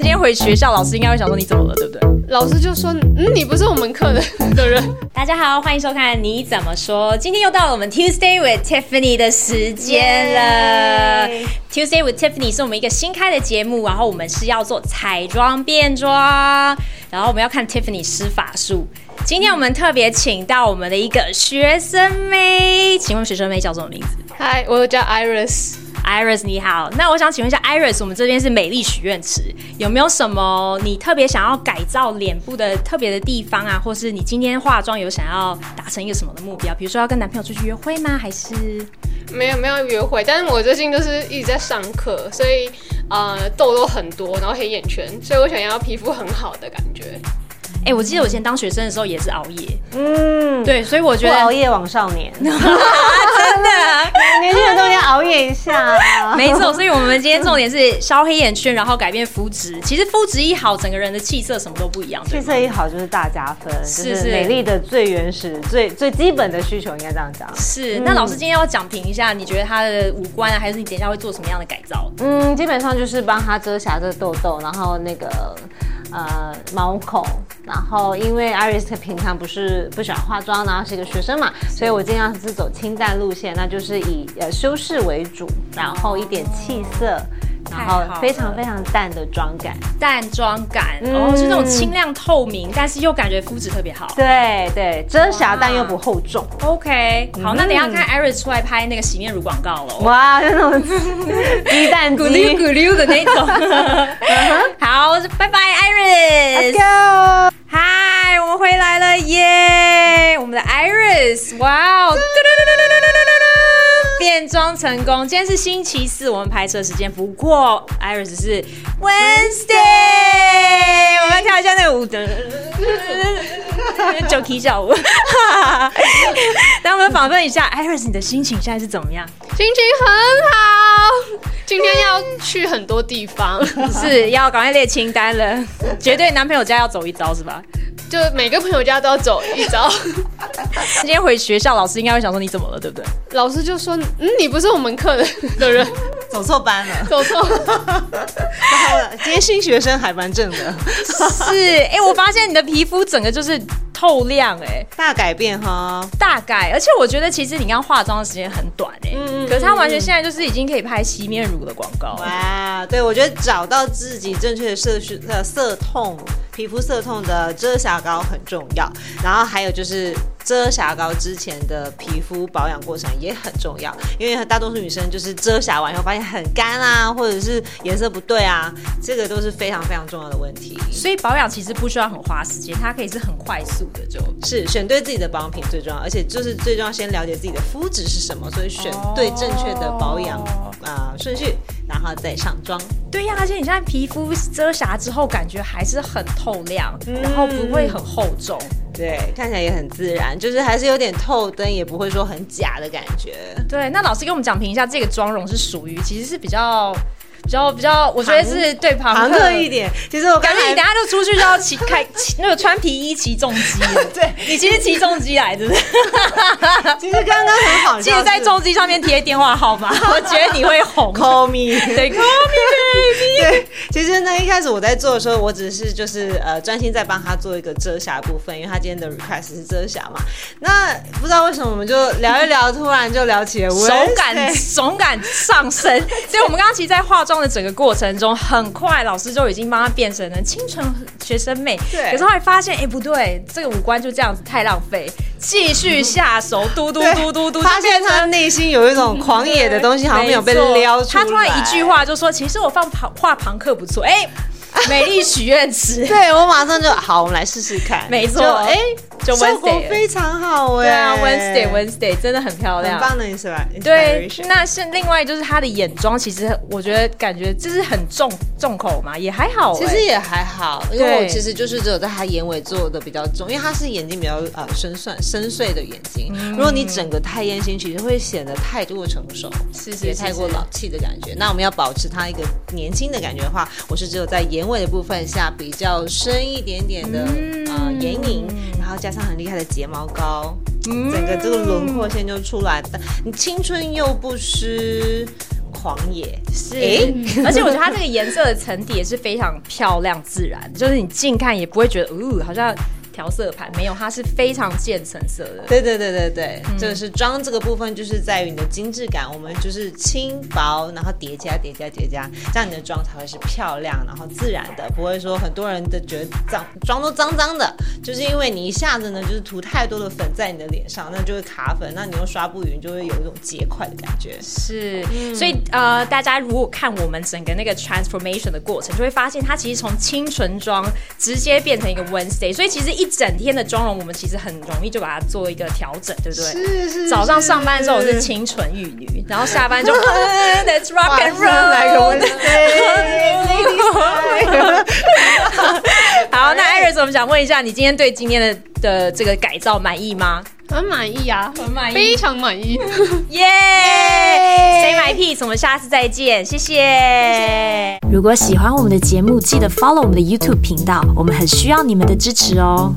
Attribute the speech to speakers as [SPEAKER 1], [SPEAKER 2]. [SPEAKER 1] 天回学校，老师应该会想说你怎么了，对不对？
[SPEAKER 2] 老师就说：“嗯，你不是我们课的的 人。
[SPEAKER 3] 大家好，欢迎收看《你怎么说》。今天又到了我们 Tuesday with Tiffany 的时间了。Tuesday with Tiffany 是我们一个新开的节目，然后我们是要做彩妆变装，然后我们要看 Tiffany 施法术。今天我们特别请到我们的一个学生妹，请问学生妹叫什么名字”
[SPEAKER 2] 嗨，我叫 Iris。
[SPEAKER 3] ？Iris 你好，那我想请问一下 Iris，我们这边是美丽许愿池，有没有什么你特别想要改造脸部的特别的地方啊？或是你今天化妆有想要达成一个什么的目标？比如说要跟男朋友出去约会吗？还是
[SPEAKER 2] 没有没有约会，但是我最近就是一直在上课，所以呃痘痘很多，然后黑眼圈，所以我想要皮肤很好的感觉。
[SPEAKER 3] 哎、我记得我以前当学生的时候也是熬夜，嗯，对，所以我觉
[SPEAKER 4] 不
[SPEAKER 3] 得
[SPEAKER 4] 熬夜往少年，
[SPEAKER 3] 真的
[SPEAKER 4] 年轻人都要熬夜一下、 啊。
[SPEAKER 3] 没错。所以我们今天重点是消黑眼圈，然后改变肤质。其实肤质一好，整个人的气色什么都不一样，对
[SPEAKER 4] 气
[SPEAKER 3] 吗
[SPEAKER 4] 色一好就是大加分，
[SPEAKER 3] 是
[SPEAKER 4] 就是是美丽的最原始、最最基本的需求，应该这样讲。
[SPEAKER 3] 是，那老师今天要讲评一下，你觉得他的五官啊，还是你等一下会做什么样的改造？
[SPEAKER 4] 嗯，基本上就是帮他遮瑕这个痘痘，然后那个呃毛孔，然后因为 Iris 平常不是不喜欢化妆，然后是一个学生嘛，所以我尽量是走清淡路线，那就是以呃修饰为主，然后一点气色，然
[SPEAKER 3] 太好
[SPEAKER 4] 后非
[SPEAKER 3] 了
[SPEAKER 4] 常非常淡的妆感。
[SPEAKER 3] 淡妆感，哦，是那种清亮透明，但是又感觉肤质特别好。
[SPEAKER 4] 对对，遮瑕但又不厚重。
[SPEAKER 3] OK，好，那等一下看 Iris 出来拍那个洗面乳广告哦 了。
[SPEAKER 4] 哇，那种鸡蛋
[SPEAKER 3] 咕
[SPEAKER 4] 机。
[SPEAKER 3] 溜咕溜的那种， 好，拜拜，Iris。
[SPEAKER 4] Go！
[SPEAKER 3] 嗨，我们回来了耶！我们的 Iris，哇哦，嘟嘟嘟嘟嘟嘟嘟嘟变装成功。今天是星期四，我们拍摄时间，不过 Iris 是 Wednesday，我们来跳一下那个舞的。九踢小舞， 那我们访问一下 Iris，你的心情现在是怎么样？
[SPEAKER 2] 心情很好，今天要去很多地 方，
[SPEAKER 3] 是要赶快列清单了， 绝对男朋友家要走一遭是吧？
[SPEAKER 2] 就每个朋友家都要走一 遭。
[SPEAKER 3] 今天回学校，老师应该会想说你怎么了，对不对？
[SPEAKER 2] 老师就说：“嗯，你不是我们课的的 人。
[SPEAKER 5] 走错班了”。
[SPEAKER 2] 走错。
[SPEAKER 5] 今天新学生还蛮正的，
[SPEAKER 3] 是，哎、我发现你的皮肤整个就是透亮、哎，
[SPEAKER 5] 大改变哈。
[SPEAKER 3] 大概，而且我觉得其实你刚化妆的时间很短、哎、可是他完全现在就是已经可以拍洗面乳的广告了。
[SPEAKER 5] 哇，对我觉得找到自己正确的色绪呃色痛，皮肤色痛的遮瑕膏很重要，然后还有就是。遮瑕膏之前的皮肤保养过程也很重要，因为大多数女生就是遮瑕完以后发现很干啊，或者是颜色不对啊，这个都是非常非常重要的问题。
[SPEAKER 3] 所以保养其实不需要很花时间，它可以是很快速的就。
[SPEAKER 5] 是选对自己的保养品最重要，而且就是最重要，先了解自己的肤质是什么，所以选对正确的保养啊顺序，然后再上妆。
[SPEAKER 3] 对呀、而且你现在皮肤遮瑕之后，感觉还是很透亮，然后不会很厚重。
[SPEAKER 5] 对，看起来也很自然，就是还是有点透灯，也不会说很假的感觉。
[SPEAKER 3] 对，那老师给我们讲评一下，这个妆容是属于其实是比较。比较比较，我觉得是对庞
[SPEAKER 5] 堂
[SPEAKER 3] 克
[SPEAKER 5] 客一点，其实我刚
[SPEAKER 3] 感觉你
[SPEAKER 5] 才
[SPEAKER 3] 等下就出去就要骑开骑那个穿皮衣骑重机 了，对你其实骑重机来的，
[SPEAKER 5] 其实刚刚很好笑，
[SPEAKER 3] 记得在重机上面贴电话号码，我觉得你会红。
[SPEAKER 5] call me。
[SPEAKER 3] 对，call me
[SPEAKER 5] 对，其实呢，一开始我在做的时候，我只是就是呃专心在帮他做一个遮瑕部分，因为他今天的 request 是遮瑕嘛。那不知道为什么，我们就聊一聊，突然就聊起了
[SPEAKER 3] baby，手
[SPEAKER 5] Wednesday
[SPEAKER 3] 感手感上升。所以我们刚刚其实，在化妆的整个过程中，很快老师就已经帮她变成了清纯学生妹。
[SPEAKER 5] 对
[SPEAKER 3] 可是后来发现，哎、不对，这个五官就这样子太浪费，继续下手，嘟嘟
[SPEAKER 5] 对
[SPEAKER 3] 嘟嘟嘟，
[SPEAKER 5] 发
[SPEAKER 3] 就变
[SPEAKER 5] 现
[SPEAKER 3] 成
[SPEAKER 5] 他内心有一种狂野的东西，好像没有被撩出
[SPEAKER 3] 他
[SPEAKER 5] 来。
[SPEAKER 3] 突然一句，话就说：“其实我放庞画庞克不错。哎，美丽许愿 池，
[SPEAKER 5] 对我马上就好，我们来试试看。
[SPEAKER 3] 没错
[SPEAKER 5] 就哎，
[SPEAKER 3] 就
[SPEAKER 5] 效果
[SPEAKER 3] Wednesday 了。
[SPEAKER 5] 非常好哎，
[SPEAKER 3] 对啊，Wednesday Wednesday 真的很漂
[SPEAKER 5] 很
[SPEAKER 3] 亮。
[SPEAKER 5] 棒的 inspiration。
[SPEAKER 3] 对，那是另外就是他的眼妆，其实我觉得感觉这是很重重口嘛，也还好、哎
[SPEAKER 5] 其实也还好，因
[SPEAKER 3] 对
[SPEAKER 5] 为我其实就是只有在他眼尾做的比较重，因为他是眼睛比较呃深邃深邃的眼睛。
[SPEAKER 3] 嗯
[SPEAKER 5] 如果你整个太烟熏，其实会显得太过成熟，
[SPEAKER 3] 是是
[SPEAKER 5] 也
[SPEAKER 3] 是
[SPEAKER 5] 太过
[SPEAKER 3] 是
[SPEAKER 5] 老气的感觉。那我们要保持他一个年轻的感觉的话，我是只有在眼尾的部分下比较深一点点的、
[SPEAKER 3] 嗯
[SPEAKER 5] 呃眼影，然后加上很厉害的睫毛膏。
[SPEAKER 3] 嗯
[SPEAKER 5] 整个这个轮廓线就出来的，你青春又不失狂野，
[SPEAKER 3] 是，
[SPEAKER 5] 哎
[SPEAKER 3] 而且我觉得它这个颜色的层底也是非常漂亮自然，就是你近看也不会觉得，哦，好像调色盘没有，它是非常渐层色的。
[SPEAKER 5] 对对对对对，就是妆这个部分就是在于你的精致感，我们就是轻薄，然后叠加叠加叠加，这样你的妆才会是漂亮，然后自然的，不会说很多人的觉得脏妆都脏脏的，就是因为你一下子呢就是涂太多的粉在你的脸上，那就会卡粉，那你又刷不匀，就会有一种结块的感觉。
[SPEAKER 3] 是，所以呃，大家如果看我们整个那个 transformation 的过程，就会发现它其实从清纯妆直接变成一个 Wednesday，所以其实一整天的妆容，我们其实很容易就把它做一个调整，对不对？
[SPEAKER 2] 是是
[SPEAKER 3] 早上上班的时候我是清纯玉女，然后下班就哎 Let's rock and
[SPEAKER 5] 来个
[SPEAKER 3] roll。好，那 Iris，我们想问一下，你今天对今天的的这个改造满意吗？
[SPEAKER 2] 很满意啊，
[SPEAKER 3] 很满意
[SPEAKER 2] 非常满意。
[SPEAKER 3] 耶！Say my piece，我们下次再见，谢谢
[SPEAKER 6] 如果喜欢我们的节目，记得 follow 我们的 YouTube 频道，我们很需要你们的支持哦。